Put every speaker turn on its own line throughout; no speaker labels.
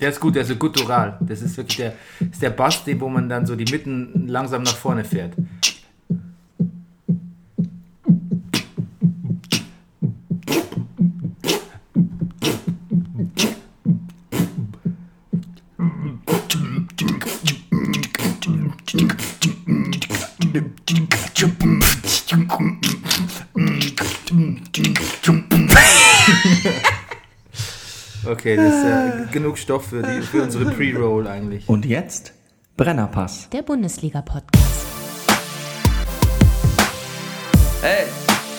Der ist gut, der ist so guttural. Das ist wirklich der, ist der Bass, den- wo man dann so die Mitten langsam nach vorne fährt. Okay, das ist ja genug Stoff für, die, für unsere Pre-Roll eigentlich.
Und jetzt Brennerpass.
Der Bundesliga-Podcast.
Hey,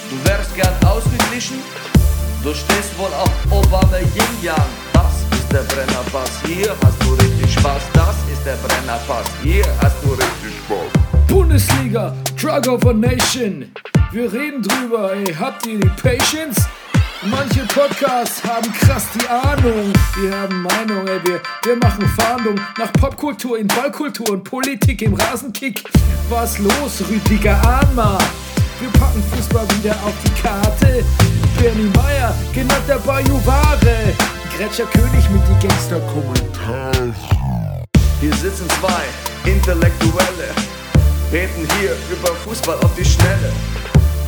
du wärst gern ausgeglichen? Du stehst wohl auf Obama Yin Yang. Das ist der Brennerpass. Hier hast du richtig Spaß. Das ist der Brennerpass. Hier hast du richtig Spaß.
Bundesliga, Drug of a Nation. Wir reden drüber, ey. Habt ihr die Patience? Manche Podcasts haben krass die Ahnung. Wir haben Meinung, ey. Wir, wir machen Fahndung nach Popkultur in Ballkultur und Politik im Rasenkick. Was los, Rüdiger Ahnma? Wir packen Fußball wieder auf die Karte. Bernie Meyer, genannt der Bayou Ware. Gretscher König mit die Gangster-Kommentare.
Hier sitzen zwei Intellektuelle, reden hier über Fußball auf die Schnelle.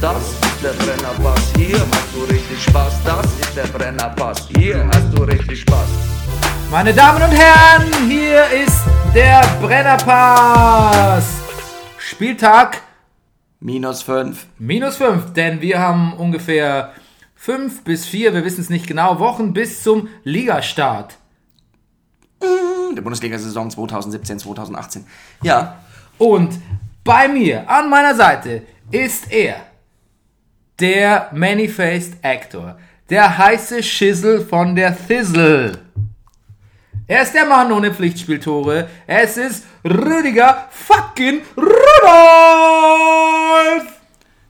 Das ist der Brennerpass, hier hast du richtig Spaß. Das ist der Brennerpass, hier hast du richtig Spaß.
Meine Damen und Herren, hier ist der Brennerpass. Spieltag
Minus 5.
minus 5, denn wir haben ungefähr 5 bis 4, wir wissen es nicht genau, Wochen bis zum Ligastart.
Der Bundesliga-Saison 2017, 2018. Ja,
Und bei mir, an meiner Seite, ist er, der Many-Faced Actor, der heiße Schissel von der Thizzle. Er ist der Mann ohne Pflichtspieltore. Es ist Rüdiger fucking Rudolf!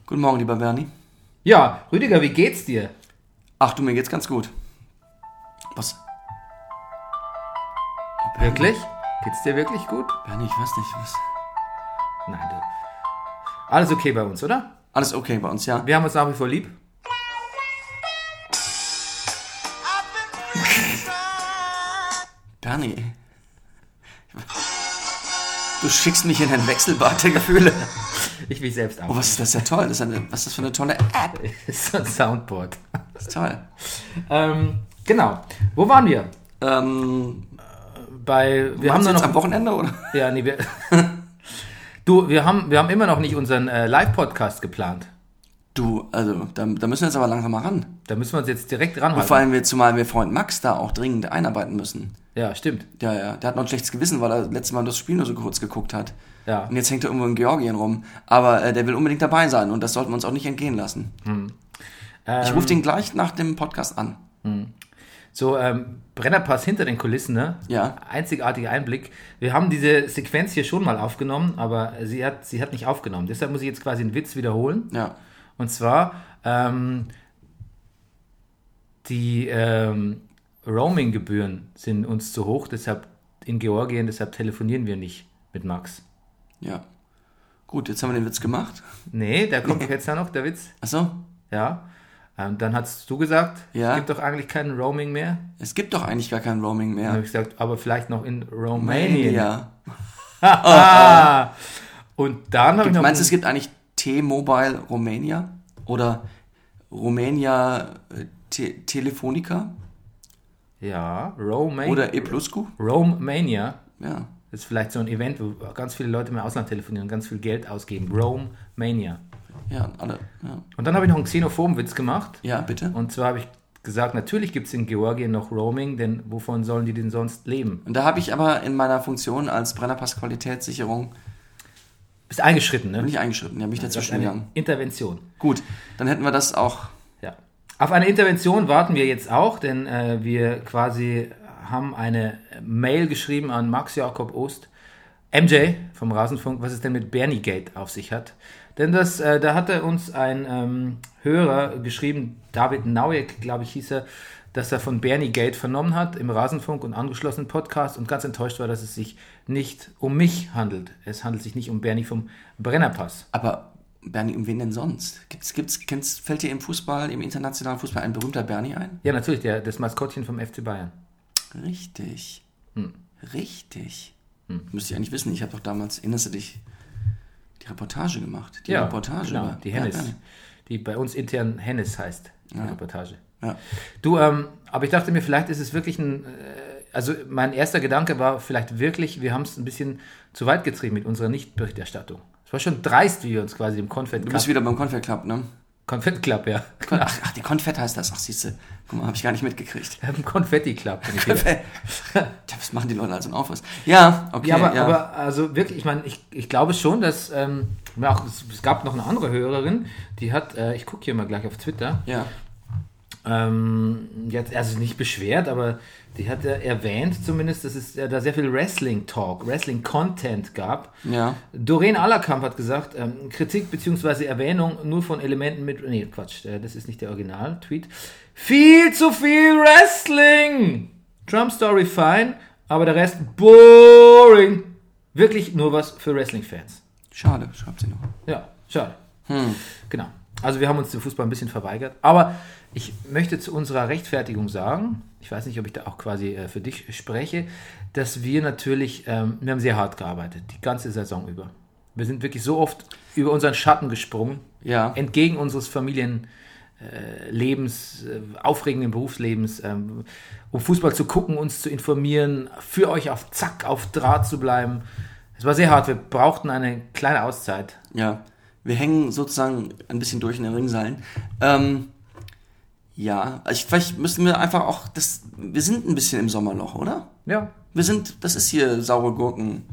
guten Morgen, lieber Bernie.
Ja, Rüdiger, wie geht's dir?
Ach du, mir geht's ganz gut. Was?
Wirklich? Geht's dir wirklich gut?
Bernie, ich weiß nicht, was.
Nein, du. Alles okay bei uns, oder?
Alles okay bei uns, ja?
Wir haben uns nach wie vor lieb.
Bernie. Du schickst mich in ein Wechselbad der Gefühle.
Ich will selbst
Oh,
auch.
was ist das ja toll. Das ist eine, was ist das für eine tolle App?
Das ist so ein Soundboard.
Das ist toll.
Ähm, genau. Wo waren wir?
Ähm,
Bei, wir haben
meinst du
nur
jetzt
noch
am Wochenende, oder?
Ja, nee, wir. du, wir haben, wir haben immer noch nicht unseren äh, Live-Podcast geplant.
Du, also, da, da müssen wir jetzt aber langsam mal ran.
Da müssen wir uns jetzt direkt ranhalten.
Vor allem, wir, zumal wir Freund Max da auch dringend einarbeiten müssen.
ja, stimmt.
Ja, ja, der hat noch ein schlechtes Gewissen, weil er letztes Mal das Spiel nur so kurz geguckt hat.
Ja.
Und jetzt hängt er irgendwo in Georgien rum. Aber äh, der will unbedingt dabei sein und das sollten wir uns auch nicht entgehen lassen. ich rufe den gleich nach dem Podcast an.
So, ähm, Brennerpass hinter den Kulissen, ne?
Ja.
Einzigartiger Einblick. Wir haben diese Sequenz hier schon mal aufgenommen, aber sie hat, sie hat nicht aufgenommen. Deshalb muss ich jetzt quasi einen Witz wiederholen.
Ja.
Und zwar, ähm, die ähm, Roaming-Gebühren sind uns zu hoch, deshalb in Georgien, deshalb telefonieren wir nicht mit Max.
Ja. Gut, jetzt haben wir den Witz gemacht.
Nee, da kommt jetzt ja noch der Witz.
Achso,
Ja. Ähm, dann hast du gesagt,
Ja.
es gibt doch eigentlich keinen Roaming mehr.
es gibt doch eigentlich gar kein Roaming
Dann
mehr.
habe ich gesagt, aber vielleicht noch in Rumänien.
Ja.
Und dann habe ich noch.
Meinst du, es gibt eigentlich T-Mobile Romania? Oder Romania äh, Te Telefonica?
ja, Roaming.
Oder E-Plusku?
Romania.
Ja.
Das ist vielleicht so ein Event, wo ganz viele Leute im Ausland telefonieren und ganz viel Geld ausgeben. Romania.
Ja, alle. Ja,
Und dann habe ich noch einen Xenophoben-Witz gemacht.
ja bitte.
Und zwar habe ich gesagt, natürlich gibt es in Georgien noch Roaming, denn wovon sollen die denn sonst leben?
Und da habe ich aber in meiner Funktion als Brennerpass-Qualitätssicherung
Bist eingeschritten, ne?
bin ich eingeschritten, ja, bin ich
Das ist
dazwischen
eine
gegangen.
Intervention.
Gut, dann hätten wir das auch.
Ja. Auf eine Intervention warten wir jetzt auch, denn äh, wir quasi haben eine Mail geschrieben an Max Jakob Ost, MJ vom Rasenfunk, was es denn mit Bernie Gate auf sich hat. Denn das, äh, da hatte uns ein ähm, Hörer geschrieben, David Nauek, glaube ich, hieß er, dass er von Bernie Gate vernommen hat im Rasenfunk und angeschlossenen Podcast und ganz enttäuscht war, dass es sich nicht um mich handelt. Es handelt sich nicht um Bernie vom Brennerpass.
Aber Bernie, um wen denn sonst? Gibt's, gibt's, kennst, fällt dir im Fußball, im internationalen Fußball ein berühmter Bernie ein?
Ja, natürlich, der, das Maskottchen vom FC Bayern.
Richtig. Richtig. Müsste ich eigentlich wissen. Ich habe doch damals, erinnerst du dich, die Reportage gemacht. Die Reportage
genau,
über
die
Bert
Hennis,
Bernie.
die bei uns intern Hennis heißt, die Reportage.
Ja.
Du, ähm, aber ich dachte mir, vielleicht ist es wirklich ein, äh, also mein erster Gedanke war vielleicht wirklich, wir haben es ein bisschen zu weit getrieben mit unserer Nichtberichterstattung. Es war schon dreist, wie wir uns quasi im Confed
Du bist
Club,
wieder beim Confed Club, ne?
Confed Club ja,
Kon- Ach, ach die Confed heißt das. Ach, siehste. Guck mal, habe ich gar nicht mitgekriegt.
im Confetti Club. Bin ich wieder.
Tja, was machen die Leute also einen Aufriss? Ja, okay.
Ja, aber, aber also wirklich, ich meine, ich, ich glaube schon, dass ähm, auch, es, es gab noch eine andere Hörerin, die hat, äh, ich gucke hier mal gleich auf Twitter,
ja.
ähm, die hat also nicht beschwert, aber die hat äh, erwähnt zumindest, dass es äh, da sehr viel Wrestling-Talk, Wrestling-Content gab.
Ja.
Doreen Allerkamp hat gesagt, ähm, Kritik bzw. Erwähnung nur von Elementen mit, nee, Quatsch, äh, das ist nicht der Original-Tweet. Viel zu viel Wrestling! Trump-Story fine, aber der Rest boring. Wirklich nur was für Wrestling-Fans.
Schade, schreibt sie noch.
Ja, schade. Genau. Also wir haben uns dem Fußball ein bisschen verweigert. Aber ich möchte zu unserer Rechtfertigung sagen, ich weiß nicht, ob ich da auch quasi äh, für dich spreche, dass wir natürlich, ähm, wir haben sehr hart gearbeitet, die ganze Saison über. Wir sind wirklich so oft über unseren Schatten gesprungen,
Ja.
entgegen unseres Familienlebens, äh, Lebens, äh, aufregenden Berufslebens, ähm, um Fußball zu gucken, uns zu informieren, für euch auf Zack, auf Draht zu bleiben. Es war sehr hart, wir brauchten eine kleine Auszeit.
Ja, wir hängen sozusagen ein bisschen durch in den Ringseilen. Ähm, ja, ich, vielleicht müssen wir einfach auch, das, wir sind ein bisschen im Sommerloch, oder?
Ja,
Wir sind, das ist hier saure Gurken.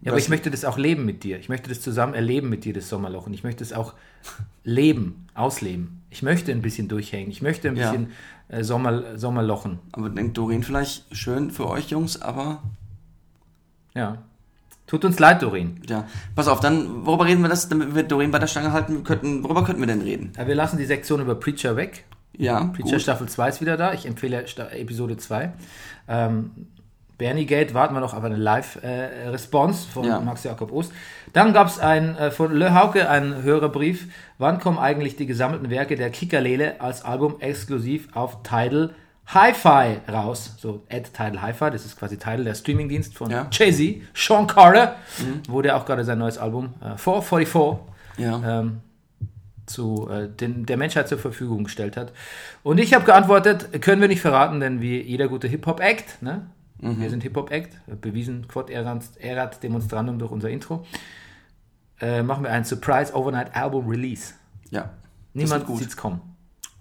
Ja, aber ich
Weißt du-
möchte das auch leben mit dir. Ich möchte das zusammen erleben mit dir, das Sommerloch. Und ich möchte es auch leben, ausleben. Ich möchte ein bisschen durchhängen. Ich möchte ein
Ja.
bisschen äh, Sommer, Sommerlochen.
Aber denkt Doreen vielleicht, schön für euch Jungs, aber
Ja. Tut uns leid, Doreen.
ja. Pass auf, dann, worüber reden wir das, damit wir Doreen bei der Stange halten könnten? Worüber könnten wir denn reden?
Aber wir lassen die Sektion über Preacher weg.
Ja,
Preacher
gut.
Staffel 2 ist wieder da. Ich empfehle Sta Episode 2. Ähm, Bernie Gate warten wir noch auf eine Live-Response von
Ja.
Max Jakob Ost. Dann gab es äh, von Le Hauke einen Hörerbrief. Wann kommen eigentlich die gesammelten Werke der Kickerlele als Album exklusiv auf Tidal Hi-Fi raus? So, at Tidal Hi-Fi, das ist quasi Tidal, der Streamingdienst von
Ja. Mhm.
Jay-Z, Sean Carter, wo der auch gerade sein neues Album äh, 444
Ja.
ähm, zu, äh, den, der Menschheit zur Verfügung gestellt hat. Und ich habe geantwortet, können wir nicht verraten, denn wie jeder gute Hip-Hop-Act, ne?
Mhm.
wir sind Hip-Hop-Act, bewiesen quod erat, erat demonstrandum durch unser Intro, äh, machen wir ein Surprise Overnight Album Release.
ja.
Niemand
gut.
sieht's kommen.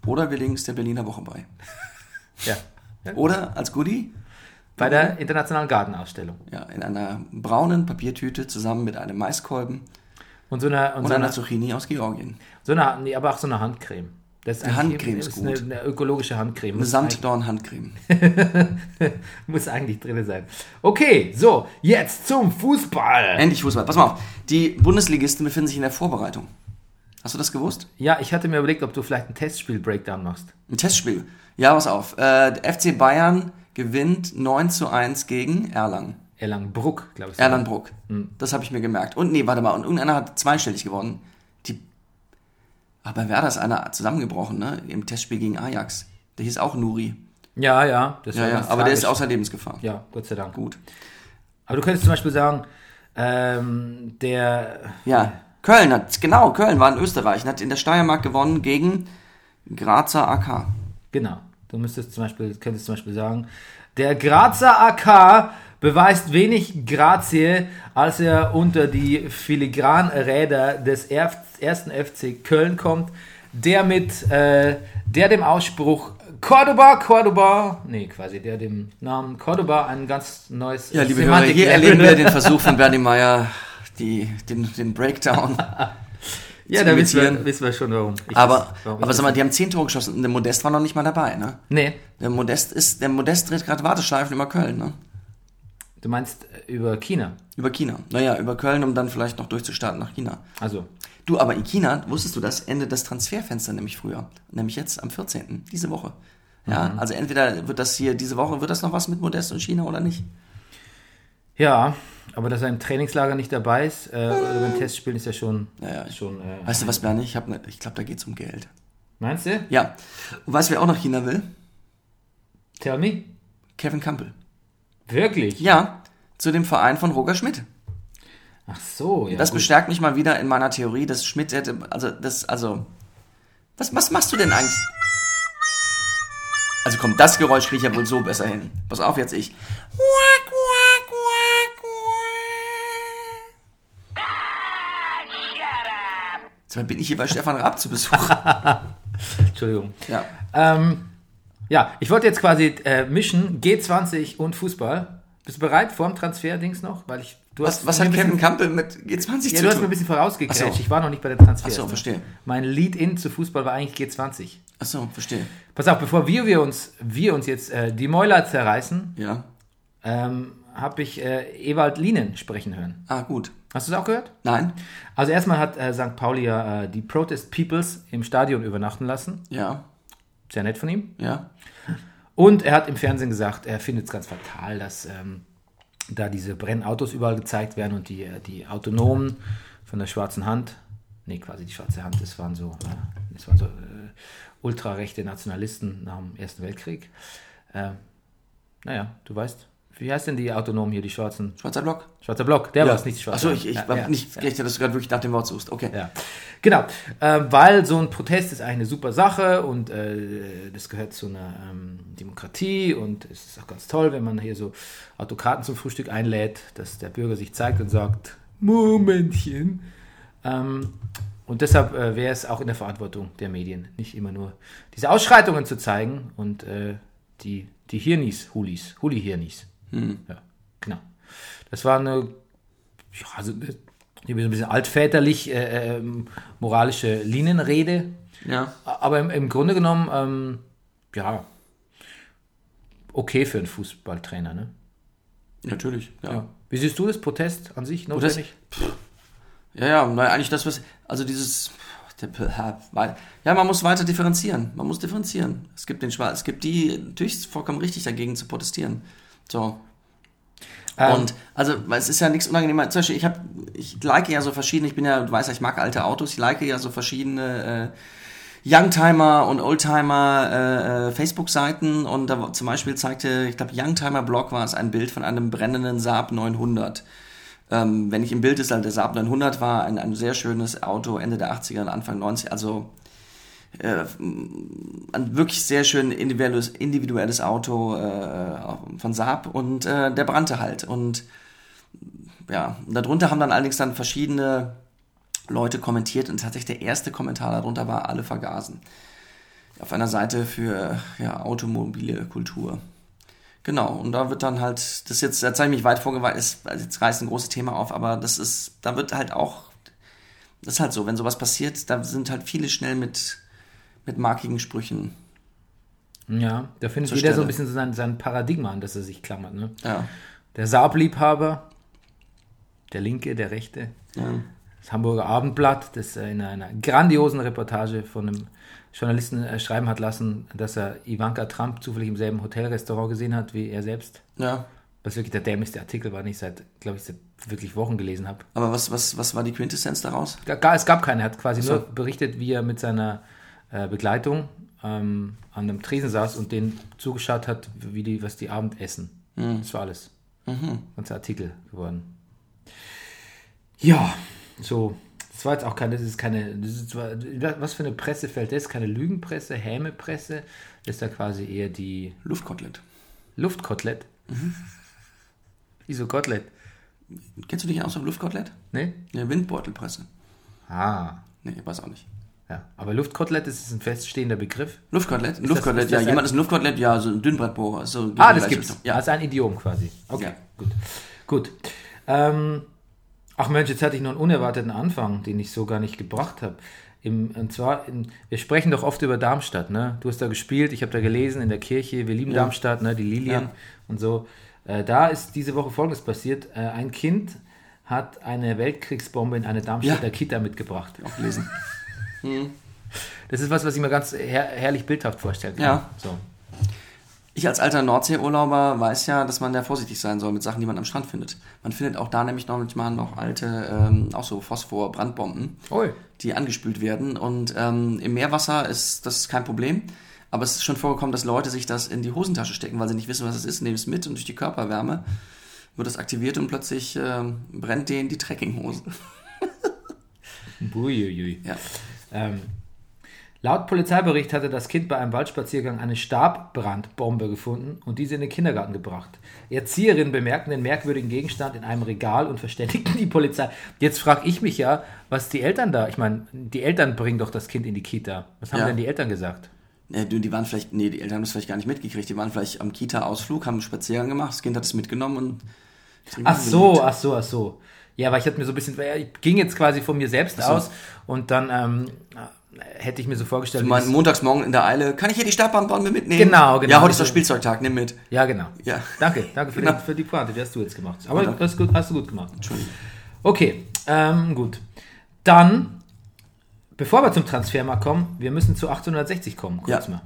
Oder wir legen es der Berliner Woche bei.
Ja.
Oder als Goodie,
Bei
Mhm.
der Internationalen Gartenausstellung.
ja, in einer braunen Papiertüte zusammen mit einem Maiskolben
Und so einer, und
und
so
einer
einer,
Zucchini aus Georgien.
so einer nee, aber auch so eine Handcreme. Das ist
Eine
eigentlich-
Handcreme ist
Eine,
gut.
eine ökologische Handcreme.
Eine
Muss
Samtdorn-Handcreme.
Muss eigentlich drin sein. Okay, so, jetzt zum Fußball.
Endlich Fußball. Pass mal auf. Die Bundesligisten befinden sich in der Vorbereitung. Hast du das gewusst?
Ja, ich hatte mir überlegt, ob du vielleicht ein Testspiel-Breakdown machst.
Ein Testspiel. Ja, pass auf. Äh, der FC Bayern gewinnt 9 zu 1 gegen Erlangen.
Erlangenbruck, glaube ich. sogar.
Erlangbruck.
Hm.
Das habe ich mir gemerkt. Und nee, warte mal. Und irgendeiner hat zweistellig gewonnen. Die. Aber wer ist einer zusammengebrochen, ne? Im Testspiel gegen Ajax. Der hieß auch Nuri.
Ja, ja. Das
Ja,
war
ja.
ganz
Aber der ist
tragisch.
außer Lebensgefahr.
Ja, Gott sei Dank.
Gut.
Aber du könntest zum Beispiel sagen, ähm, der.
Ja. Köln hat, genau, Köln war in Österreich und hat in der Steiermark gewonnen gegen Grazer AK.
Genau. Du müsstest zum Beispiel, könntest zum Beispiel sagen, der Grazer AK beweist wenig Grazie, als er unter die filigranen Räder des erf- ersten FC Köln kommt, der mit, äh, der dem Ausspruch Cordoba, Cordoba, nee, quasi der dem Namen Cordoba ein ganz neues
Ja, liebe Hörer,
Semantik-
hier erleben wir den Versuch von Bernie Meyer, die, den, den Breakdown
Ja,
zu
da wissen wir,
imitieren.
wissen wir schon, warum. Ich
Aber,
weiß, warum
aber
ich-
sag mal, die haben zehn Tore geschossen und der Modest war noch nicht mal dabei, ne?
Nee,
Der Modest ist, der Modest dreht gerade Warteschleifen über Köln, ne?
du meinst äh, über China.
Über China. Naja, über Köln, um dann vielleicht noch durchzustarten nach China.
Also,
Du, aber in China, wusstest du das, endet das Transferfenster nämlich früher. Nämlich jetzt am 14. diese Woche. Ja, also entweder wird das hier diese Woche, wird das noch was mit Modest und China oder nicht?
ja, aber dass er im Trainingslager nicht dabei ist, äh, oder beim Testspielen ist ja schon.
Naja, ich,
schon äh,
weißt du was, Bernie? Ich, hab ne, ich glaube, da geht's um Geld.
meinst du?
Ja. Und weißt du, wer auch nach China will?
Tell me?
Kevin Campbell.
Wirklich?
Ja, zu dem Verein von Roger Schmidt.
Ach so, ja.
Das
gut.
bestärkt mich mal wieder in meiner Theorie, dass Schmidt hätte, also das, also, was, was machst du denn eigentlich? Also komm, das Geräusch kriege ich ja wohl so besser hin. Pass auf, jetzt ich. Jetzt bin ich hier bei Stefan Raab zu Besuch.
Entschuldigung.
Ja.
Ähm, ja, ich wollte jetzt quasi äh, mischen G20 und Fußball. Bist du bereit vorm Transfer-Dings noch? Weil ich, du
Was,
hast
was
mir
hat
ein bisschen-
Kevin Campbell mit G20
Ja,
zu
du hast mir ein
tun?
bisschen vorausgecatcht.
Ach so.
Ich war noch nicht bei der Transfer.
Ach so, verstehe.
Mein Lead-In zu Fußball war eigentlich G20.
Achso, verstehe.
Pass auf, bevor wir, wir, uns, wir uns jetzt äh, die Mäuler zerreißen,
Ja.
ähm, habe ich äh, Ewald Lienen sprechen hören.
Ah, gut.
Hast du es auch gehört?
Nein?
Also erstmal hat äh, St. Pauli ja äh, die Protest Peoples im Stadion übernachten lassen.
Ja.
Sehr nett von ihm.
Ja.
Und er hat im Fernsehen gesagt, er findet es ganz fatal, dass ähm, da diese Brennautos überall gezeigt werden und die, äh, die Autonomen von der schwarzen Hand, nee, quasi die schwarze Hand, das waren so, äh, das waren so äh, ultrarechte Nationalisten nach dem Ersten Weltkrieg. Äh, naja, du weißt, wie heißt denn die Autonomen hier, die schwarzen?
Schwarzer Block.
Schwarzer Block, der war es nicht, die schwarze
Achso, ich, ich
Hand.
hab nicht gerechnet, dass du gerade wirklich nach dem Wort suchst. Okay.
Ja, genau. Ähm, weil so ein Protest ist eigentlich eine super Sache und äh, das gehört zu einer ähm, Demokratie und es ist auch ganz toll, wenn man hier so Autokraten zum Frühstück einlädt, dass der Bürger sich zeigt und sagt, Momentchen. Ähm, und deshalb äh, wäre es auch in der Verantwortung der Medien, nicht immer nur diese Ausschreitungen zu zeigen und äh, die, die Hirnis, Hulis, Huli-Hirnis. Ja, genau. Das war eine ja, also äh, ich bin so ein bisschen altväterlich äh, ähm, moralische Linienrede,
ja.
a- aber im, im Grunde genommen, ähm, ja, okay für einen Fußballtrainer. Ne?
Natürlich, ja.
Ja. Wie siehst du das Protest an sich
Protest-
notwendig?
Ja, ja, na, eigentlich das, was, also dieses, der- weil- ja, man muss weiter differenzieren. Man muss differenzieren. Es gibt den Schwarz, es gibt die, natürlich ist es vollkommen richtig, dagegen zu protestieren. So.
Ähm.
Und, also, weil es ist ja nichts unangenehmer. Zum Beispiel, ich habe, ich like ja so verschiedene, ich bin ja, du weißt ja, ich mag alte Autos, ich like ja so verschiedene, äh, Youngtimer und Oldtimer äh, äh, Facebook-Seiten und da war- zum Beispiel zeigte, ich glaube, Youngtimer Blog war es ein Bild von einem brennenden Saab 900. Ähm, wenn ich im Bild ist, halt der Saab 900 war ein, ein sehr schönes Auto Ende der 80er und Anfang 90er, also äh, ein wirklich sehr schön individuelles, individuelles Auto äh, von Saab und äh, der brannte halt und ja, und darunter haben dann allerdings dann verschiedene Leute kommentiert und tatsächlich der erste Kommentar darunter war alle vergasen. Auf einer Seite für ja, automobile Kultur. Genau, und da wird dann halt, das jetzt, jetzt habe ich mich weit vorgeweiht, ist, also jetzt reißt ein großes Thema auf, aber das ist, da wird halt auch, das ist halt so, wenn sowas passiert, da sind halt viele schnell mit, mit markigen Sprüchen.
Ähm, Ja, da findet
Zur
jeder so
Stelle.
ein bisschen so sein, sein Paradigma an, das er sich klammert. Ne?
Ja,
Der Saab-Liebhaber, der Linke, der Rechte,
ja.
das Hamburger Abendblatt, das äh, in einer grandiosen Reportage von einem Journalisten äh, schreiben hat lassen, dass er Ivanka Trump zufällig im selben Hotelrestaurant gesehen hat wie er selbst.
ja.
Was wirklich der dämlichste Artikel war, den ich seit, glaube ich, seit wirklich Wochen gelesen habe.
Aber was, was, was war die Quintessenz daraus?
Ga- Gar, es gab keine. Er hat quasi nur berichtet, wie er mit seiner äh, Begleitung ähm, an einem Tresen saß und denen zugeschaut hat, wie die, was die Abendessen. Das war alles. Ganzer Artikel geworden. Ja, so. Das war jetzt auch keine, das ist keine, das ist zwar, was für eine Presse fällt das? Keine Lügenpresse, Hämepresse? Das ist da quasi eher die
Luftkotelett.
Luftkotelett. Wieso Kotelett?
Kennst du dich aus mit Luftkotelett?
Ne?
Ja, Windbeutelpresse.
Ah.
Nee, weiß auch nicht.
Ja, aber Luftkotelett das ist ein feststehender Begriff.
Luftkotelett? Ein
das-
Luftkotelett,
ist
ja.
das
Jemand
ein-
ist ein Luftkotelett, ja, so ein Dünnbrettbohrer. So, geht
Ah, das
in die gleiche
gibt's.
Richtung.
Ja.
Ja.
Also ein Idiom quasi. Okay,
Ja.
gut. Gut. Ähm, Ach Mensch, jetzt hatte ich noch einen unerwarteten Anfang, den ich so gar nicht gebracht habe. Im, und zwar, in, wir sprechen doch oft über Darmstadt, ne? Du hast da gespielt, ich habe da gelesen in der Kirche, wir lieben Darmstadt, ne? Die Lilien
Ja.
und so. Äh, da ist diese Woche Folgendes passiert. Äh, ein Kind hat eine Weltkriegsbombe in eine Darmstädter
Ja.
Kita mitgebracht. Hm.
Auch gelesen.
Das ist was, was ich mir ganz her herrlich bildhaft vorstellen kann.
Ja.
So.
Ich als alter Nordseeurlauber weiß ja, dass man da vorsichtig sein soll mit Sachen, die man am Strand findet. Man findet auch da nämlich noch manchmal noch alte, ähm, auch so Phosphor-Brandbomben,
Oi.
die angespült werden. Und ähm, im Meerwasser ist das kein Problem. Aber es ist schon vorgekommen, dass Leute sich das in die Hosentasche stecken, weil sie nicht wissen, was es ist, nehmen es mit und durch die Körperwärme wird das aktiviert und plötzlich ähm, brennt denen die Trekkinghose.
Buiuiui.
Ja.
Ähm, laut Polizeibericht hatte das Kind bei einem Waldspaziergang eine Stabbrandbombe gefunden und diese in den Kindergarten gebracht. Erzieherinnen bemerkten den merkwürdigen Gegenstand in einem Regal und verständigten die Polizei. Jetzt frage ich mich ja, was die Eltern da. Ich meine, die Eltern bringen doch das Kind in die Kita. Was haben
Ja.
denn die Eltern gesagt?
Ja, Äh, die die waren vielleicht, nee, die Eltern haben es vielleicht gar nicht mitgekriegt. Die waren vielleicht am Kita-Ausflug, haben einen Spaziergang gemacht, das Kind hat es mitgenommen und.
Ach so, also ach so, ach so. Ja, aber ich hatte mir so ein bisschen, weil ich ging jetzt quasi von mir selbst aus und dann ähm, hätte ich mir so vorgestellt,
Ich
wie
meine,
das-
montagsmorgen in der Eile, kann ich hier die Stabbahn mit mitnehmen?
Genau, genau.
Ja, heute ist doch Spielzeugtag, nimm mit.
Ja, genau.
Ja.
Danke, danke für,
Genau.
den, für die Pointe, die hast du jetzt gemacht. Aber
Danke.
das ist gut, hast du gut gemacht.
Entschuldigung.
Okay, ähm, gut. Dann, bevor wir zum Transfermarkt kommen, wir müssen zu 860 kommen, kurz
Ja.
mal.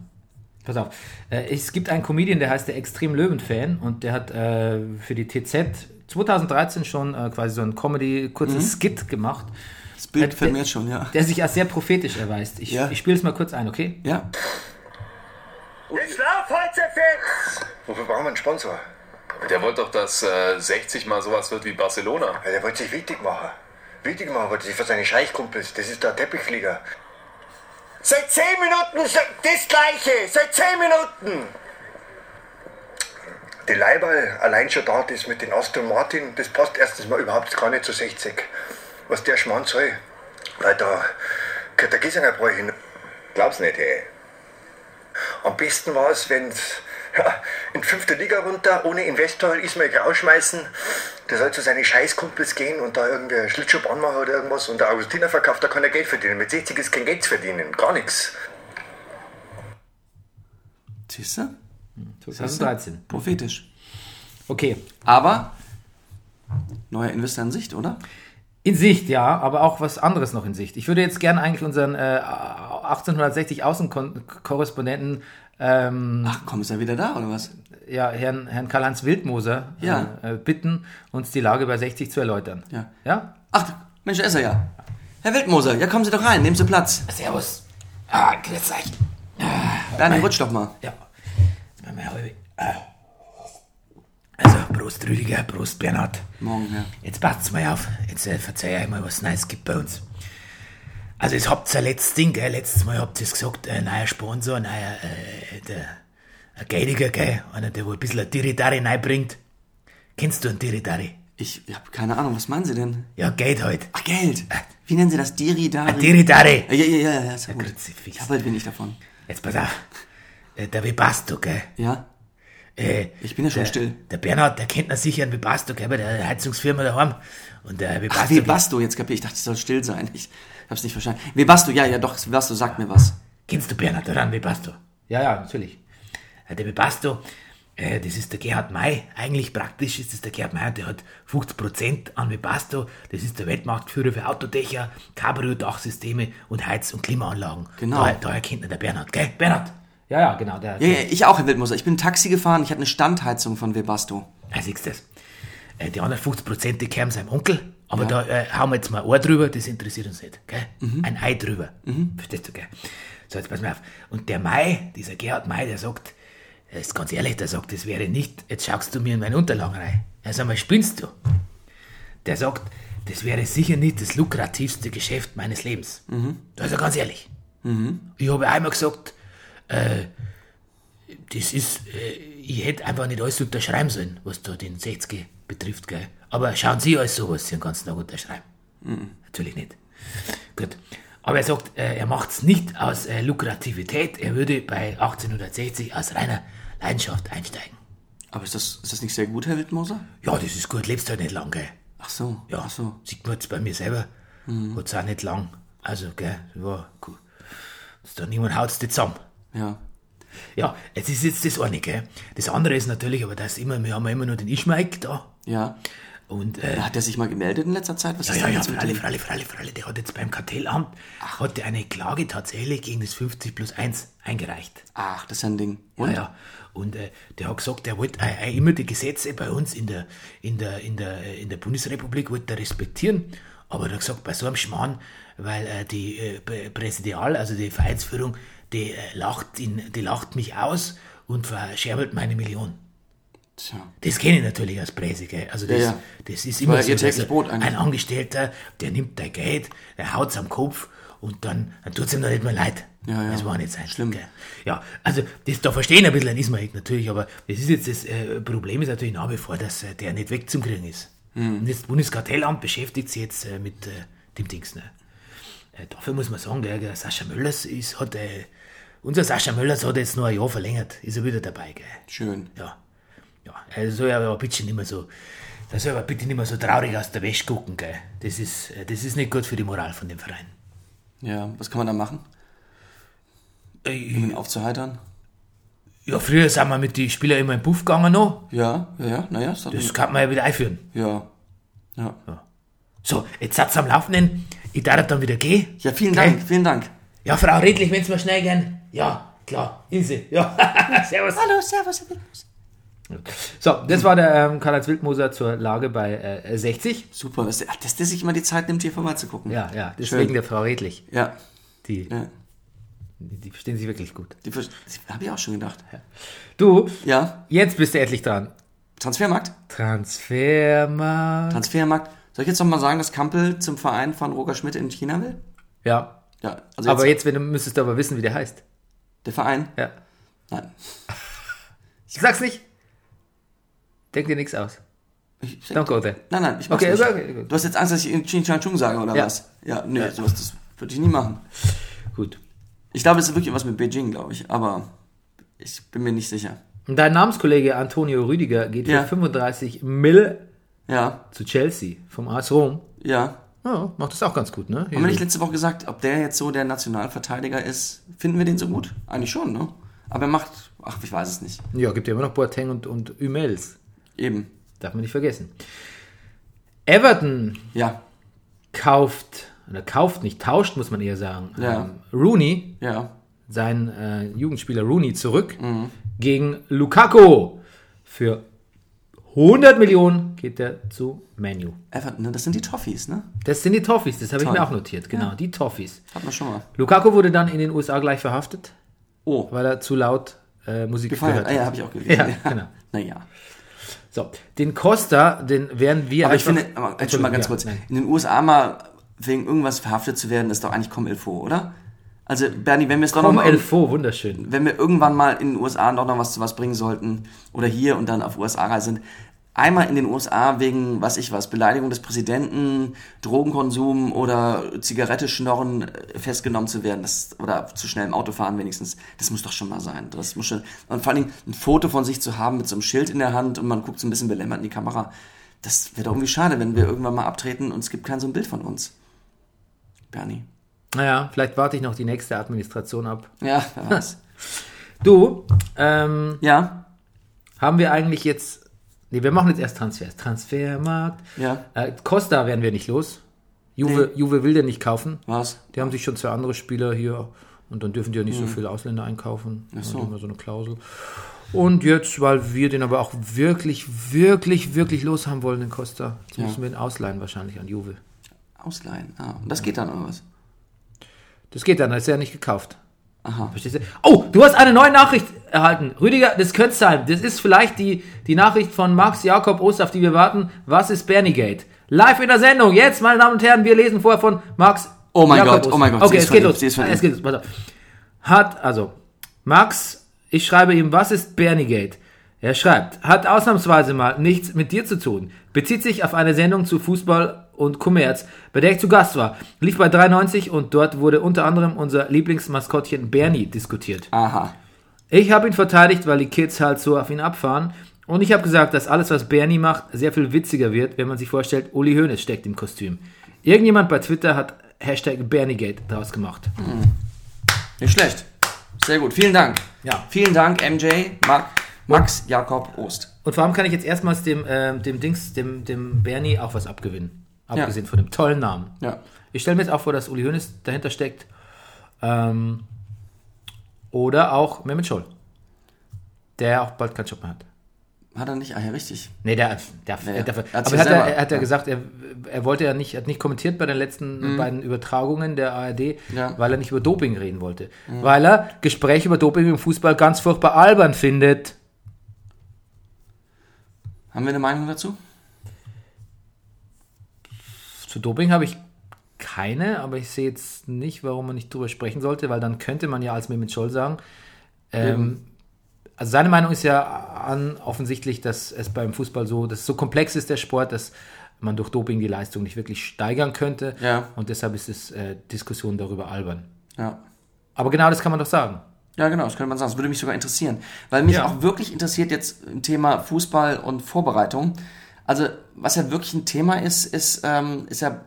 Pass auf. Äh, es gibt einen Comedian, der heißt der Extrem Löwen-Fan und der hat äh, für die TZ 2013 schon äh, quasi so ein Comedy-kurzes
Mhm.
Skit gemacht,
Das Bild
Äh,
fällt mir
der-
jetzt schon, ja.
der sich als sehr prophetisch erweist. Ich,
Ja.
ich spiele es mal kurz ein, okay?
Ja.
Den Schlaf halt zerfetzt!
Wofür brauchen wir einen Sponsor?
Der wollte doch, dass äh, 60 mal sowas wird wie Barcelona.
Ja, der wollte sich wichtig machen. Wichtig machen wollte sich für seine Scheichkumpels. Das ist der Teppichflieger.
Seit 10 Minuten se- das Gleiche! Seit 10 Minuten!
Die Leiberl, allein schon da, das mit den Aston Martin, das passt erstens mal überhaupt gar nicht zu 60. Was der Schmarrn soll. Weil da gehört der Giesinger Bräu hin. Glaub's nicht, ey. Am besten war es, wenn's ja, in die fünfte Liga runter, ohne Investor, Ismail rausschmeißen. Der soll zu seinen Scheißkumpels gehen und da irgendwie Schlittschuhbahn machen oder irgendwas. Und der Augustiner verkauft, da kann er Geld verdienen. Mit 60 ist kein Geld zu verdienen. Gar nichts.
Siehst du?
2013.
Prophetisch.
Okay.
Aber neuer Investor in Sicht, oder?
In Sicht, ja, aber auch was anderes noch in Sicht. Ich würde jetzt gerne eigentlich unseren äh, 1860 Außenkorrespondenten, ähm,
Ach komm, ist er wieder da, oder was?
ja, Herrn, Herrn Karl-Heinz Wildmoser
Ja.
äh, äh, bitten, uns die Lage bei 60 zu erläutern.
Ja.
Ja?
Ach, Mensch, da ist er ja. Herr Wildmoser, ja kommen Sie doch rein, nehmen Sie Platz.
Servus. Ah, grüß euch.
Daniel, rutsch doch mal.
Ja. Jetzt machen wir halbe. Also, Prost Rüdiger, Prost Bernhard.
Morgen, ja.
Jetzt passt's mal auf. Jetzt äh, verzeih euch mal, was Neues gibt bei uns. Also, es habt ihr letztes Ding, gell? Letztes Mal habt ihr gesagt, äh, neuer Sponsor, neuer, äh, der, ein Geidiger, gell? Einer, der wohl ein bisschen ein Diridari reinbringt. Kennst du einen Diridari?
Ich hab keine Ahnung, was meinen Sie denn?
Ja, geht halt.
Ach, Geld. Wie nennen Sie das? Diridari?
Diridari!
Ja, ja, ja, ja, ja, ist ja gut.
Kruzifix.
Ich hab halt wenig davon.
Jetzt pass auf. Äh, der Webasto, gell?
Ja?
Äh,
Ich bin ja schon
der,
still.
Der Bernhard, der kennt natürlich einen Webasto, gell? Bei der Heizungsfirma daheim. Und der
Ach,
Webasto,
Webasto, jetzt kapier ich. Ich dachte, ich soll still sein. Ich hab's nicht verstanden. Webasto, ja, ja, doch, Webasto sagt mir was.
Kennst du Bernhard, oder? Bebasto? Ja, ja, natürlich. Der Bebasto, äh, das ist der Gerhard May. Eigentlich praktisch ist das der Gerhard May, der hat 50% an Bebasto. Das ist der Weltmarktführer für Autodächer, Cabrio-Dachsysteme und Heiz- und Klimaanlagen.
Genau.
Daher, daher kennt ihn der Bernhard, gell? Bernhard? Ja, ja, genau. Der,
Ja, ja, Äh, ich auch, Herr Wildmoser. Ich bin Taxi gefahren, ich hatte eine Standheizung von Webasto.
Ah, siehst du das? Äh, Die anderen 50% die kämen seinem Onkel, aber da äh, hauen wir jetzt mal ein Ohr drüber, das interessiert uns nicht. Gell? Ein Ei drüber. Verstehst du, gell? So, jetzt pass mal auf. Und der Mai, dieser Gerhard Mai, der sagt, er ist ganz ehrlich, der sagt, das wäre nicht, jetzt schaust du mir in meine Unterlagen rein. Ja, sag mal, spinnst du? Der sagt, das wäre sicher nicht das lukrativste Geschäft meines Lebens. Also ganz ehrlich. Ich habe einmal gesagt, das ist, äh, ich hätte einfach nicht alles unterschreiben sollen, was da den 60 betrifft, gell. Aber schauen Sie alles so, was Sie den ganzen Tag unterschreiben.
Mhm.
Natürlich nicht. Gut. Aber er sagt, äh, er macht es nicht aus äh, Lukrativität, er würde bei 1860 aus reiner Leidenschaft einsteigen.
Aber ist das, ist das nicht sehr gut, Herr Wildmoser?
Ja, das ist gut, lebst halt nicht lang, gell.
Ach so.
Ja,
Ach so.
sieht man jetzt bei mir selber. Mhm. Hat's auch nicht lang. Also, gell, war cool. Ist da niemand haut's nicht zusammen.
Ja.
Ja, jetzt ist jetzt das eine, gell. Das andere ist natürlich, aber das immer, wir haben ja immer nur den Ischmaik da.
Ja.
Und, äh,
Hat er sich mal gemeldet in letzter Zeit? Was
ja,
ist
ja,
denn
ja,
jetzt mit
Fralle,
dem?
Fralle, Fralle, Fralle, der hat jetzt beim Kartellamt, hat der eine Klage tatsächlich gegen das 50 plus 1 eingereicht.
Ach, das ist ja ein Ding. Und?
Ja, ja. Und äh, der hat gesagt, er wollte äh, äh, immer die Gesetze bei uns in der, in der, in der, äh, in der Bundesrepublik wollte er respektieren. Aber er hat gesagt, bei so einem Schmarrn, weil äh, die äh, Prä- Präsidial, also die Vereinsführung, die, äh, lacht ihn, die lacht mich aus und verscherbelt meine Million.
Tja.
Das kenne ich natürlich als Präsi, gell? Also das,
Ja, ja.
das ist immer
war ja
so,
ihr täglich
dass er-
Brot eigentlich.
ein Angestellter, der nimmt dein Geld, der haut's am Kopf und dann, dann tut's ihm noch nicht mehr leid.
Ja, ja.
Das war nicht sein.
Schlimm.
Gell? Ja, also das, da verstehen ein bisschen ein Ismail halt natürlich, aber das ist jetzt das äh, Problem ist natürlich nach wie vor, dass äh, der nicht wegzukriegen ist. Und das Bundeskartellamt beschäftigt sich jetzt äh, mit äh, dem Dings. Ne? Äh, dafür muss man sagen, der, der Sascha Möllers ist, hat, äh, unser Sascha Möllers hat jetzt noch ein Jahr verlängert, ist er wieder dabei, gell?
Schön.
Ja. Ja, er soll aber bitte nicht mehr so, er soll aber bitte nicht mehr so traurig aus der Wäsche gucken, gell. Das ist, äh, das ist nicht gut für die Moral von dem Verein.
Ja. Was kann man da machen,
Äh,
um ihn aufzuheitern?
Ja, früher sind wir mit den Spielern immer in den Puff gegangen noch.
Ja, ja, ja. Naja, ist doch
Das kann man ja wieder einführen.
Ja. Ja.
So, jetzt hat's am Laufenden. Ich darf dann wieder gehen.
Ja, vielen
Gell?
Dank, vielen Dank.
Ja, Frau Redlich, wenn's mal schnell gehen. Ja, klar. Ilse. Ja. servus. Hallo, servus. So, das war der ähm, Karl-Heinz Wildmoser zur Lage bei äh, 60.
Super, dass der, dass der sich immer die Zeit nimmt, hier vorbeizugucken.
Ja, ja, deswegen
Schön.
der Frau Redlich.
Ja.
Die,
ja.
die die verstehen sich wirklich gut.
Die Ver- die habe ich auch schon gedacht.
Du,
Ja.
jetzt bist du endlich dran.
Transfermarkt.
Transfermarkt.
Transfermarkt. Soll ich jetzt nochmal sagen, dass Kampel zum Verein von Roger Schmidt in China will?
Ja.
Ja. Also
Aber jetzt, wenn du müsstest du aber wissen, wie der heißt.
Der Verein?
Ja.
Nein.
Ich sag's nicht. Denk dir nichts aus.
Ich, ich,
Don't
nein,
go there.
nein, ich mach's
Okay,
nicht.
okay, gut.
Du hast jetzt Angst, dass ich in Chin Chan Chung sage, oder
Ja.
was? Ja, nee, sowas, das würde ich nie machen.
Gut.
Ich glaube, es ist wirklich was mit Beijing, glaube ich, aber ich bin mir nicht sicher.
Und Dein Namenskollege Antonio Rüdiger geht
Ja.
für 35 Mill
Ja,
zu Chelsea vom AS Rom.
ja.
Ja, macht das auch ganz gut, ne?
Haben wir nicht letzte Woche gesagt, ob der jetzt so der Nationalverteidiger ist? Finden wir den so gut? Eigentlich schon, ne? Aber er macht, ach, ich weiß es nicht.
Ja, gibt ja immer noch Boateng und, und Ümels.
Eben.
Darf man nicht vergessen. Everton
Ja,
kauft, oder kauft nicht, tauscht, muss man eher sagen,
Ja.
ähm, Rooney
ja.
seinen äh, Jugendspieler Rooney zurück
Mhm.
gegen Lukaku. Für 100 Millionen geht er zu Manu.
Everton, ne? das sind die Toffees, ne?
Das sind die Toffees, das habe ich
Toll.
mir auch notiert. Genau, die Toffees.
Hat man schon mal.
Lukaku wurde dann in den USA gleich verhaftet,
Oh,
weil er zu laut äh, Musik gehört
gefeiert. Ah,
hat.
ja, habe ich auch gelesen.
Ja, genau.
Naja.
So, den Costa, den werden wir
Aber ich
einfach-
finde, aber, Entschuldigung, mal ganz
ja,
kurz.
nein.
In den USA mal wegen irgendwas verhaftet zu werden, ist doch eigentlich comme il faut, oder? Also, Bernie, wenn wir es doch noch
Tom
mal, um-
Elfo, wunderschön.
wenn wir irgendwann mal in den USA doch noch was zu was bringen sollten, oder hier und dann auf USA-Reise sind, einmal in den USA wegen, was ich was, Beleidigung des Präsidenten, Drogenkonsum oder Zigarette schnorren äh, festgenommen zu werden, das, oder zu schnell im Auto fahren wenigstens, das muss doch schon mal sein. Das muss schon, und vor allen Dingen ein Foto von sich zu haben mit so einem Schild in der Hand und man guckt so ein bisschen belämmert in die Kamera. Das wäre doch irgendwie schade, wenn wir irgendwann mal abtreten und es gibt kein so ein Bild von uns. Bernie.
Naja, vielleicht warte ich noch die nächste Administration ab.
Ja, wer weiß.
Du, ähm,
ja,
haben wir eigentlich jetzt. Nee, wir machen jetzt erst Transfers. Transfermarkt.
ja,
Äh, Costa werden wir nicht los. Juve, Juve will den nicht kaufen.
was?
Die haben sich schon zwei andere Spieler hier und dann dürfen die ja nicht so viele Ausländer einkaufen. Ach
Hm. so.
Immer so eine Klausel. Und jetzt, weil wir den aber auch wirklich, wirklich, wirklich los haben wollen, den Costa, jetzt müssen wir ihn ausleihen wahrscheinlich an Juve.
Ausleihen. Ah, und das geht dann oder was?
Das geht dann, das ist ja nicht gekauft.
Aha.
Verstehst du? Oh, du hast eine neue Nachricht erhalten. Rüdiger, das könnte sein. Das ist vielleicht die, die Nachricht von Max Jakob Ost, auf die wir warten. Was ist Bernigate? Live in der Sendung. Jetzt, meine Damen und Herren, wir lesen vorher von Max.
Oh mein
Jakob
Gott, oh mein Gott,
Okay,
sie ist
es geht
von ihm,
los.
sie ist von
Es
ihm.
geht los. Warte. Hat, also, Max, ich schreibe ihm, was ist Bernigate? Er schreibt, hat ausnahmsweise mal nichts mit dir zu tun, bezieht sich auf eine Sendung zu Fußball und Kommerz, bei der ich zu Gast war, lief bei 93 und dort wurde unter anderem unser Lieblingsmaskottchen Bernie diskutiert.
Aha.
Ich habe ihn verteidigt, weil die Kids halt so auf ihn abfahren Und ich habe gesagt, dass alles, was Bernie macht, sehr viel witziger wird, wenn man sich vorstellt, Uli Hoeneß steckt im Kostüm. Irgendjemand bei Twitter hat Hashtag BernieGate daraus gemacht.
Nicht schlecht. Sehr gut. Vielen Dank.
Ja.
Vielen Dank, MJ, Max, Max Jakob Ost.
Und vor allem kann ich jetzt erstmals dem, ähm, dem Dings, dem, dem Bernie auch was abgewinnen. Abgesehen von dem tollen Namen.
Ja.
Ich stelle mir jetzt auch vor, dass Uli Hoeneß dahinter steckt. Ähm, oder auch Mehmet Scholl. Der auch bald keinen Job mehr hat.
Hat er nicht? Ah ja, richtig.
Nee, der, der, der,
ja. Hat's
aber
ja
hat
selber,
er, er hat ja
ja. Mhm.
gesagt, er, er wollte ja nicht, hat nicht kommentiert bei den letzten beiden Übertragungen der ARD,
Ja.
weil er nicht über Doping reden wollte. Weil er Gespräche über Doping im Fußball ganz furchtbar albern findet.
Haben wir eine Meinung dazu?
Zu Doping habe ich keine, aber ich sehe jetzt nicht, warum man nicht drüber sprechen sollte, weil dann könnte man ja als Mehmet Scholl sagen, ähm, also seine Meinung ist ja an, offensichtlich, dass es beim Fußball so, dass es so komplex ist der Sport, dass man durch Doping die Leistung nicht wirklich steigern könnte
Ja.
und deshalb ist es äh, Diskussion darüber albern.
Ja.
Aber genau das kann man doch sagen.
Ja, genau, das könnte man sagen. Das würde mich sogar interessieren. Weil mich
Ja.
auch wirklich interessiert jetzt im Thema Fußball und Vorbereitung. Also, was ja wirklich ein Thema ist, ist, ähm, ist ja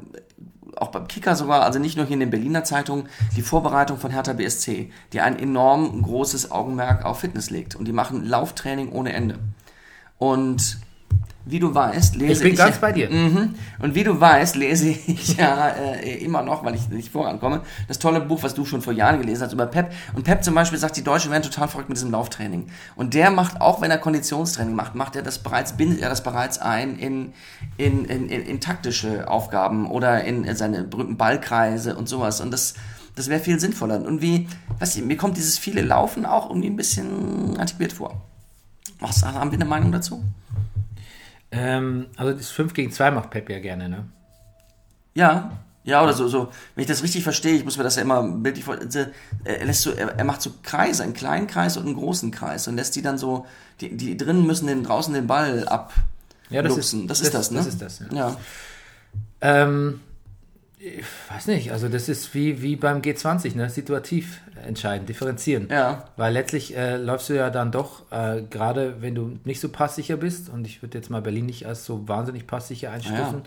auch beim Kicker sogar, also nicht nur hier in den Berliner Zeitungen, die Vorbereitung von Hertha BSC, die ein enorm großes Augenmerk auf Fitness legt. Und die machen Lauftraining ohne Ende. Und wie du weißt, lese ich.
Ich bin ganz bei dir.
Mhm. Und wie du weißt, lese ich ja äh, immer noch, weil ich nicht vorankomme, das tolle Buch, was du schon vor Jahren gelesen hast über Pep. Und Pep zum Beispiel sagt, die Deutschen wären total verrückt mit diesem Lauftraining. Und der macht, auch wenn er Konditionstraining macht, macht er das bereits, bindet er das bereits ein in, in, in, in, in taktische Aufgaben oder in seine berühmten Ballkreise und sowas. Und das, das wäre viel sinnvoller. Und wie, weißt du, mir kommt dieses viele Laufen auch irgendwie ein bisschen antiquiert vor. Was, haben wir eine Meinung dazu?
Ähm, also das 5 gegen 2 macht Pep ja gerne, ne?
Ja, ja, oder so, so. Wenn ich das richtig verstehe, ich muss mir das ja immer bildlich vor. diese- Er, lässt so, er, er macht so Kreise, einen kleinen Kreis und einen großen Kreis und lässt die dann so, die, die drinnen müssen den draußen den Ball ab.
Ja,
lupsen. das ist das, ne?
Das ist das, ja.
ja.
Ähm, ich weiß nicht, also das ist wie, wie beim G20, ne? situativ entscheiden, differenzieren.
Ja.
Weil letztlich äh, läufst du ja dann doch, äh, gerade wenn du nicht so passsicher bist, und ich würde jetzt mal Berlin nicht als so wahnsinnig passsicher einstufen,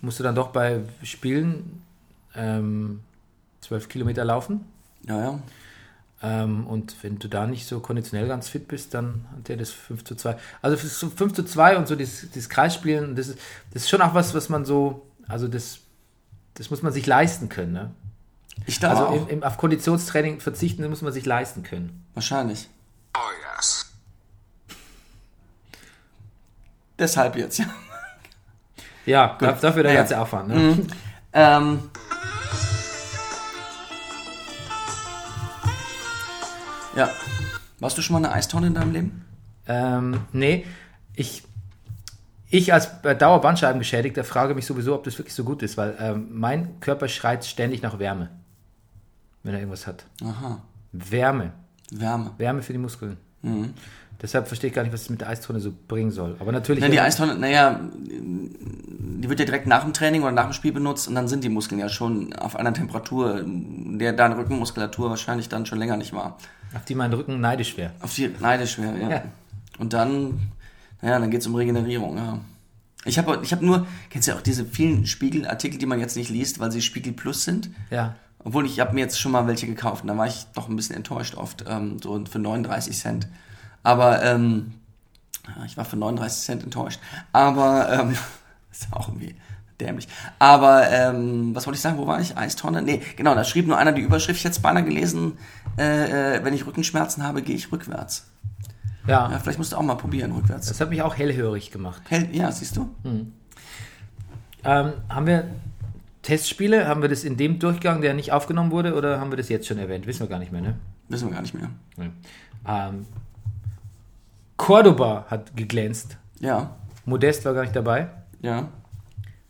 musst du dann doch bei Spielen ähm, 12 Kilometer laufen.
Ja, ja.
Ähm, und wenn du da nicht so konditionell ganz fit bist, dann hat der das 5 zu 2. Also für so 5 zu 2 und so dieses, dieses Kreisspielen, das ist, das ist schon auch was, was man so, also das, das muss man sich leisten können. Ne?
Ich glaube
Also
auch.
im, im, auf Konditionstraining verzichten, das muss man sich leisten können.
Wahrscheinlich.
Oh yes.
Deshalb jetzt, ja.
Ja, da, dafür der
Ja, ja.
ganze Aufwand. Ne?
Ähm, ja. Warst du schon mal in einer Eistonne in deinem Leben?
Ähm, nee, ich, ich als äh, Dauerbandscheibengeschädigter frage mich sowieso, ob das wirklich so gut ist, weil ähm, mein Körper schreit ständig nach Wärme, wenn er irgendwas hat.
Aha.
Wärme.
Wärme.
Wärme für die Muskeln.
Mhm.
Deshalb verstehe ich gar nicht, was es mit der Eistonne so bringen soll. Aber natürlich.
Nein, die Eistonne, naja, die wird ja direkt nach dem Training oder nach dem Spiel benutzt und dann sind die Muskeln ja schon auf einer Temperatur, der deine Rückenmuskulatur wahrscheinlich dann schon länger nicht war.
auf die mein Rücken neidisch wäre.
Auf die neidisch wäre, ja.
Ja.
Und dann, naja, dann geht's um Regenerierung, ja. Ich habe ich hab nur, kennst du ja auch diese vielen Spiegelartikel, die man jetzt nicht liest, weil sie Spiegel Plus sind?
Ja.
Obwohl ich habe mir jetzt schon mal welche gekauft und da war ich doch ein bisschen enttäuscht oft, ähm, so für 39 Cent. Aber ähm, ja, ich war für 39 Cent enttäuscht. Aber ähm, ist auch irgendwie dämlich. Aber ähm, was wollte ich sagen? Wo war ich? Eistonne? Nee, genau, da schrieb nur einer die Überschrift, ich hätte es beinahe gelesen, äh, äh, wenn ich Rückenschmerzen habe, gehe ich rückwärts.
Ja.
Ja, vielleicht musst du auch mal probieren, rückwärts.
Das hat mich auch hellhörig gemacht.
Hell, ja, siehst du?
Ähm, haben wir Testspiele? Haben wir das in dem Durchgang, der nicht aufgenommen wurde, oder haben wir das jetzt schon erwähnt? Wissen wir gar nicht mehr, ne?
Wissen wir gar nicht mehr.
Nee. Ähm, Cordoba hat geglänzt.
Ja,
Modest war gar nicht dabei.
ja.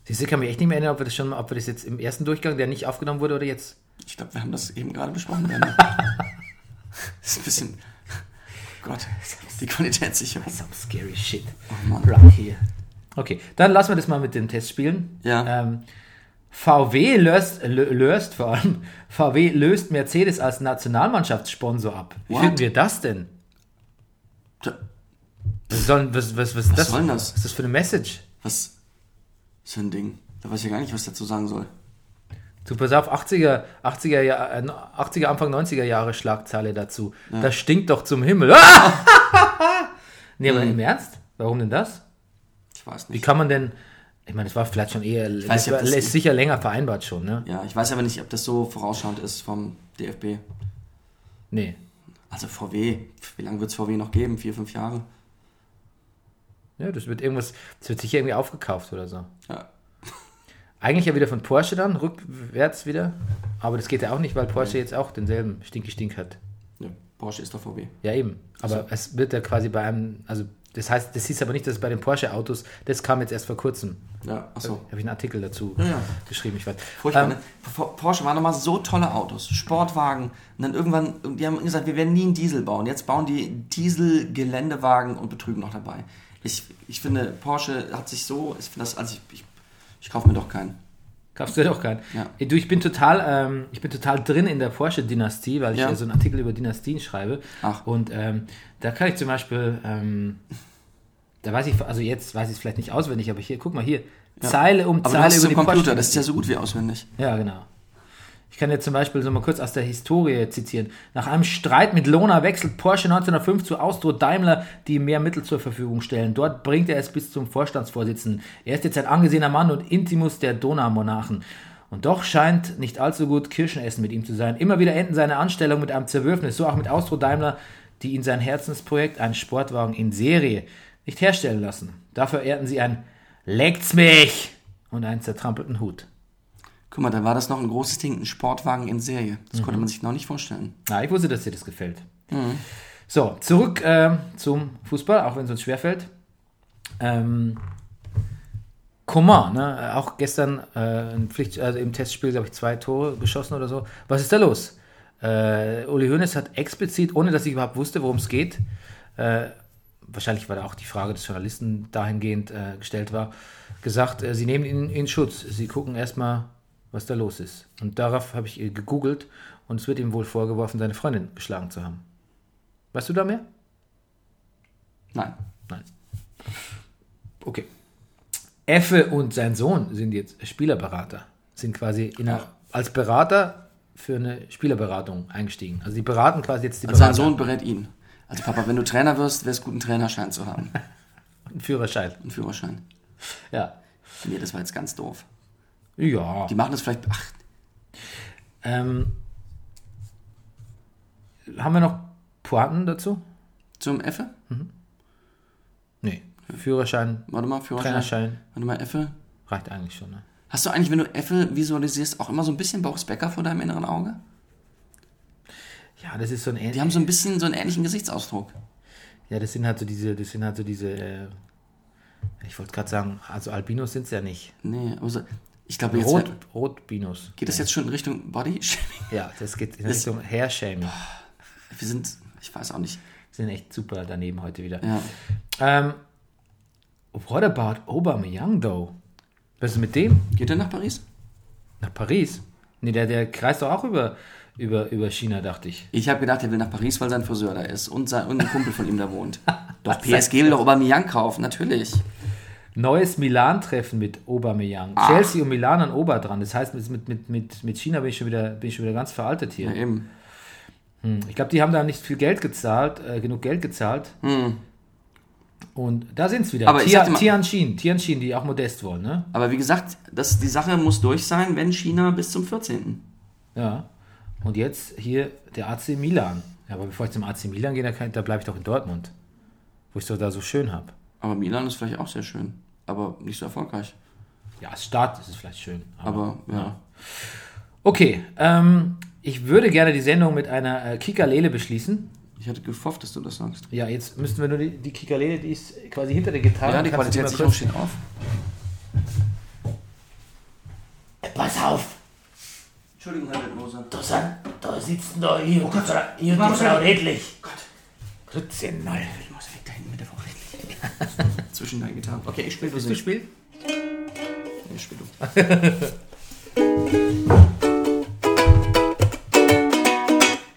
Siehst du, ich kann mich echt nicht mehr erinnern, ob wir das schon, ob wir das jetzt im ersten Durchgang, der nicht aufgenommen wurde, oder jetzt.
Ich glaube, wir haben das eben gerade besprochen. Bernd. das ist ein bisschen. Oh Gott, die Qualitätssicherung.
Some scary shit.
Mann.
Right here. Okay, dann lassen wir das mal mit dem Test spielen.
Ja.
Ähm, VW löst, lö- löst vor allem, VW löst Mercedes als Nationalmannschaftssponsor ab. Wie
What?
finden wir das denn? Was, soll, was, was, was, ist das?
soll denn das?
Was ist das für eine Message?
Was ist für ein Ding? Da weiß ich gar nicht, was ich dazu sagen soll.
Du pass auf, 80er, 80er, Jahr- äh, 80er Anfang 90er Jahre Schlagzeile dazu. Das stinkt doch zum Himmel. Ah! nee,
Hm.
aber im Ernst? Warum denn das?
Ich weiß
Wie
nicht.
kann man denn. Ich meine, das war vielleicht schon eher.
weiß
Das
nicht,
war,
ob das-
ist sicher länger vereinbart schon, ne?
Ja, ich weiß aber nicht, ob das so vorausschauend ist vom DFB.
Nee.
Also VW, pf, wie lange wird es VW noch geben? Vier, fünf Jahre?
Ja, das wird irgendwas. Das wird sicher irgendwie aufgekauft oder so.
Ja.
Eigentlich ja wieder von Porsche dann, rückwärts wieder. Aber das geht ja auch nicht, weil Porsche jetzt auch denselben Stinky-Stink hat.
ja. ne, Porsche ist doch VW.
Ja, eben. Aber
Also-
es wird ja quasi bei einem, also das heißt, das hieß aber nicht, dass es bei den Porsche-Autos, das kam jetzt erst vor kurzem.
Ja, achso.
Da habe ich einen Artikel dazu
ja.
geschrieben, ich weiß.
Furchtbar,
Ähm,
ne? Por- Porsche waren nochmal so tolle Autos. Sportwagen. Und dann irgendwann, die haben gesagt, wir werden nie einen Diesel bauen. Jetzt bauen die Diesel-Geländewagen und betrügen noch dabei. Ich, ich finde, Porsche hat sich so, ich finde das, also ich, ich, ich kaufe mir doch keinen.
Kaufst du doch keinen.
Ja.
Ey, Du, ich bin total, ähm, ich bin total drin in der Porsche-Dynastie, weil ich
Ja.
ja so einen Artikel über Dynastien schreibe.
Ach.
Und ähm, da kann ich zum Beispiel, ähm, da weiß ich, also jetzt weiß ich es vielleicht nicht auswendig, aber hier, guck mal hier, Zeile um
Aber du
Zeile
hast es
über
im
die
Computer,
Porsche.
das ist ja so gut wie auswendig.
Ja, genau. Ich kann jetzt zum Beispiel so mal kurz aus der Historie zitieren. Nach einem Streit mit Lona wechselt Porsche 1905 zu Austro Daimler, die ihm mehr Mittel zur Verfügung stellen. Dort bringt er es bis zum Vorstandsvorsitzenden. Er ist jetzt ein angesehener Mann und Intimus der Donaumonarchen. Und doch scheint nicht allzu gut Kirschenessen mit ihm zu sein. Immer wieder enden seine Anstellungen mit einem Zerwürfnis, so auch mit Austro Daimler, die ihn sein Herzensprojekt, einen Sportwagen in Serie, nicht herstellen lassen. Dafür ehrten sie ein Leckt's mich und einen zertrampelten Hut.
Guck mal, da war das noch ein großes Ding, ein Sportwagen in Serie. Das
Mhm.
konnte man sich noch nicht vorstellen.
Na, ich wusste, dass dir das gefällt. So, zurück ähm, zum Fußball, auch wenn es uns schwerfällt. Ähm, Coman, ne? auch gestern äh, in Pflicht, also im Testspiel, glaube ich, zwei Tore geschossen oder so. Was ist da los? Äh, Uli Hoeneß hat explizit, ohne dass ich überhaupt wusste, worum es geht, äh, wahrscheinlich weil da auch die Frage des Journalisten dahingehend äh, gestellt war, gesagt, äh, sie nehmen ihn in Schutz. Sie gucken erstmal, was da los ist. Und darauf habe ich äh, gegoogelt und es wird ihm wohl vorgeworfen, seine Freundin geschlagen zu haben. Weißt du da mehr?
Nein.
Nein. Okay. Effe und sein Sohn sind jetzt Spielerberater, sind quasi in einer, als Berater für eine Spielerberatung eingestiegen. Also die beraten quasi jetzt die
Also sein
Berater
Sohn berät ihn. Also Papa, wenn du Trainer wirst, wärst guten Trainerschein zu haben.
einen Führerschein.
Einen Führerschein.
Ja.
Nee, das war jetzt ganz doof.
Ja.
Die machen das vielleicht, ach,
Ähm, haben wir noch Pointen dazu?
zum Effe?
Nee. Führerschein,
Warte mal, Führerschein.
Trainerschein,
Warte mal, Effe.
reicht eigentlich schon. Ne?
Hast du eigentlich, wenn du Effe visualisierst, auch immer so ein bisschen Boris Becker vor deinem inneren Auge?
Ja, das ist so ein ähnlich-
Die haben so ein bisschen so einen ähnlichen Gesichtsausdruck.
Ja, das sind halt so diese, das sind halt so diese, äh, ich wollte gerade sagen, also Albinos sind es ja nicht.
Nee, aber so, ich glaube, jetzt
Rot,
wär-
Rotbinos.
geht das jetzt schon in Richtung Body Shaming.
Ja, das geht in Richtung Hairshaming.
Wir sind, ich weiß auch nicht.
Sind echt super daneben heute wieder.
Ja.
Ähm, what about Aubameyang, though? Was ist mit dem?
Geht der nach Paris?
Nach Paris? Nee, der, der kreist doch auch über, über, über China, dachte ich.
Ich habe gedacht, er will nach Paris, weil sein Friseur da ist und, sein, und ein Kumpel von ihm da wohnt. Doch PSG will doch Aubameyang kaufen, natürlich.
Neues Milan-Treffen mit Aubameyang.
Ah.
Chelsea und Milan an Ober dran. Das heißt, mit, mit, mit, mit China bin ich, schon wieder, bin ich schon wieder ganz veraltet hier.
Ja, eben.
Ich glaube, die haben da nicht viel Geld gezahlt, äh, genug Geld gezahlt. Und da sind es wieder.
Hm. Aber ich
Tia,
sagte mal-
Tianjin, Tianjin, die auch modest wollen, ne?
Aber wie gesagt, das, die Sache muss durch sein, wenn China bis zum 14.
Ja. Und jetzt hier der AC Milan. Ja, aber bevor ich zum AC Milan gehe, da, kann- da bleibe ich doch in Dortmund, wo ich so da so schön habe.
Aber Milan ist vielleicht auch sehr schön, aber nicht so erfolgreich.
Ja, als Stadt ist es vielleicht schön. Aber
Aber ja.
okay, ähm, ich würde gerne die Sendung mit einer äh, Kikalele beschließen.
Ich hatte gehofft, dass du das sagst.
Ja, jetzt müssten wir nur die, die Kikalele, die ist quasi hinter der Gitarre.
Ja, die
Kannst du die mal
Qualitätssicherung steht auf.
Äh, Pass auf,
Entschuldigung, Herr Lose.
da, sind, da sitzen da hier, oh Gott, hier die Frau Redlich. Gott. Grüezi, nein.
Ich muss weg da hinten mit der Frau Redlich. Zwischen deinen Gitarren. Okay, ich spiele
kurz- Spiel?
Ich spiele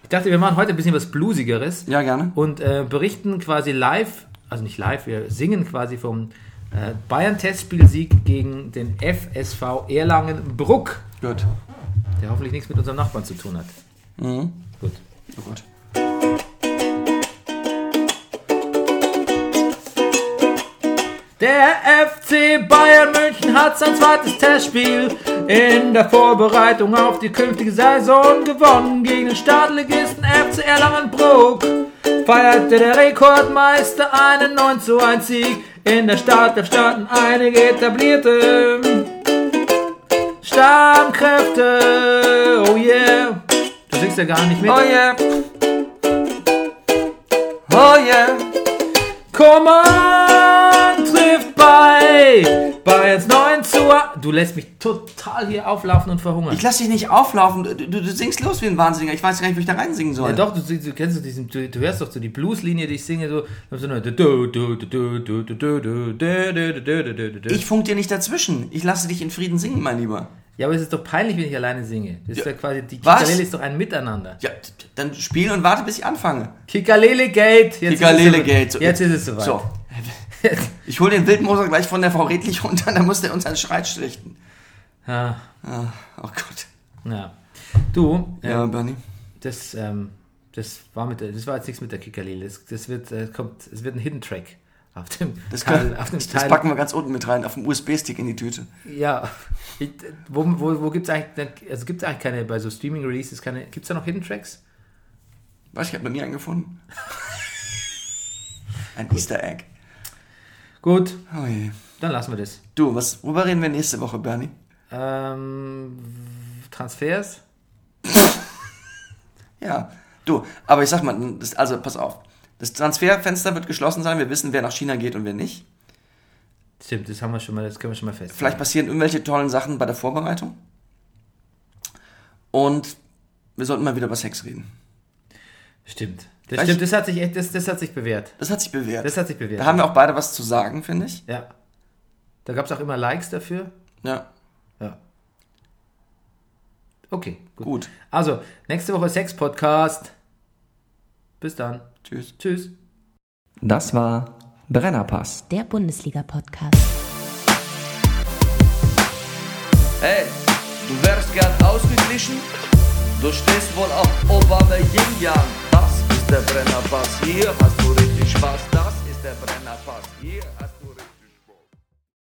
Ich dachte, wir machen heute ein bisschen was Bluesigeres.
Ja, gerne.
und äh, berichten quasi live also nicht live, wir singen quasi vom äh, Bayern-Testspielsieg gegen den FSV Erlangen-Bruck,
Gut.
der hoffentlich nichts mit unserem Nachbarn zu tun hat. Gut.
Oh Gott.
Der FC Bayern München hat sein zweites Testspiel in der Vorbereitung auf die künftige Saison gewonnen gegen den Startligisten FC Erlangen-Bruck. Feierte der Rekordmeister einen 9 zu 1 Sieg. In der Startelf standen einige etablierte Stammkräfte. Oh yeah. Du singst ja gar nicht mit.
Oh yeah. Oh yeah.
Coman trifft bei Bayerns 9 zu 1. Du lässt mich total hier auflaufen und verhungern.
Ich lass dich nicht auflaufen. Du, du, du singst los wie ein Wahnsinniger. Ich weiß gar nicht, wie ich da reinsingen soll.
ja, doch, du, du kennst doch diesen, du, du hörst doch so die Blueslinie, die ich singe, so. so eine-
Ich funk dir nicht dazwischen. Ich lasse dich in Frieden singen, mein Lieber.
Ja, aber es ist doch peinlich, wenn ich alleine singe. Das ist ja quasi, die
Was?
Kikalele ist doch ein Miteinander.
Ja, t- t- dann spiel und warte, bis ich anfange.
Kikalele Gate. Jetzt
Kikalele
ist es
Gate.
soweit. Jetzt ist es soweit.
So. Ich hole den Wildmoser gleich von der Frau Redlich runter, dann muss der uns einen Schreit schlichten.
Ja,
Ah, Oh Gott.
ja. Du, äh,
Ja, Bernie.
das, ähm, das war mit der, das war jetzt nichts mit der Kikalele. Das, das wird, äh, kommt, es wird ein Hidden Track auf dem
Das,
Teil,
können,
auf dem
das
Teil.
packen wir ganz unten mit rein, auf dem USB-Stick in die Tüte.
Ja, ich, wo, wo, wo gibt's eigentlich, also gibt's eigentlich keine bei so Streaming Releases keine, gibt's da noch Hidden Tracks?
Was? Ich habe noch nie einen gefunden. Ein Easter Egg.
Gut,
Oh je.
dann lassen wir das.
Du, was, worüber reden wir nächste Woche, Bernie?
Ähm, Transfers?
Ja. Du, aber ich sag mal, das, also pass auf. Das Transferfenster wird geschlossen sein. Wir wissen, wer nach China geht und wer nicht.
Stimmt, das haben wir schon mal, das können wir schon mal fest.
Vielleicht passieren irgendwelche tollen Sachen bei der Vorbereitung. Und wir sollten mal wieder über Sex reden.
Stimmt. Das
Vielleicht-
stimmt, das hat sich echt, das, das hat sich bewährt.
Das hat sich bewährt.
Das hat sich bewährt.
da haben wir auch beide was zu sagen, finde ich.
ja. Da gab's auch immer Likes dafür.
Ja,
Ja. Okay, gut.
gut.
Also, nächste Woche Sex-Podcast. Bis dann.
Tschüss.
Tschüss.
Das war Brennerpass.
Der Bundesliga-Podcast.
Hey, du wärst gern ausgeglichen? Du stehst wohl auf Obama Yin Yang. Das ist der Brennerpass, hier hast du richtig Spaß. Das ist der Brennerpass, hier hast du